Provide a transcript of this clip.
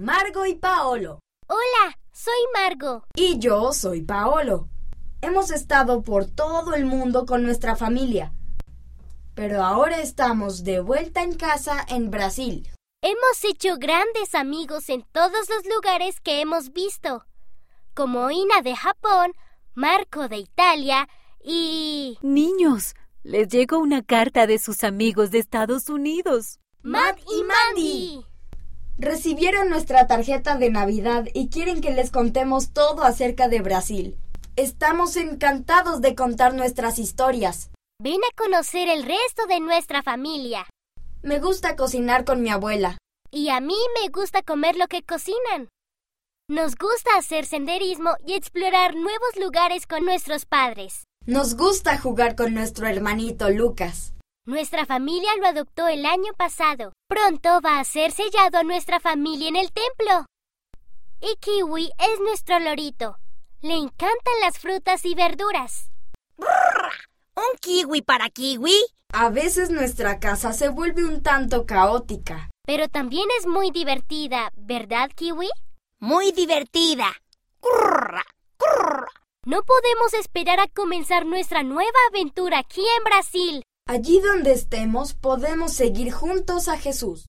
Margo y Paolo. Hola, soy Margo. Y yo soy Paolo. Hemos estado por todo el mundo con nuestra familia. Pero ahora estamos de vuelta en casa en Brasil. Hemos hecho grandes amigos en todos los lugares que hemos visto, como Ina de Japón, Marco de Italia y... Niños, les llegó una carta de sus amigos de Estados Unidos. Matt y Mandy. Recibieron nuestra tarjeta de Navidad y quieren que les contemos todo acerca de Brasil. Estamos encantados de contar nuestras historias. Ven a conocer el resto de nuestra familia. Me gusta cocinar con mi abuela. Y a mí me gusta comer lo que cocinan. Nos gusta hacer senderismo y explorar nuevos lugares con nuestros padres. Nos gusta jugar con nuestro hermanito Lucas. Nuestra familia lo adoptó el año pasado. Pronto va a ser sellado a nuestra familia en el templo. Y Kiwi es nuestro lorito. Le encantan las frutas y verduras. ¿Un kiwi para kiwi? A veces nuestra casa se vuelve un tanto caótica. Pero también es muy divertida, ¿verdad, Kiwi? Muy divertida. No podemos esperar a comenzar nuestra nueva aventura aquí en Brasil. Allí donde estemos podemos seguir juntos a Jesús.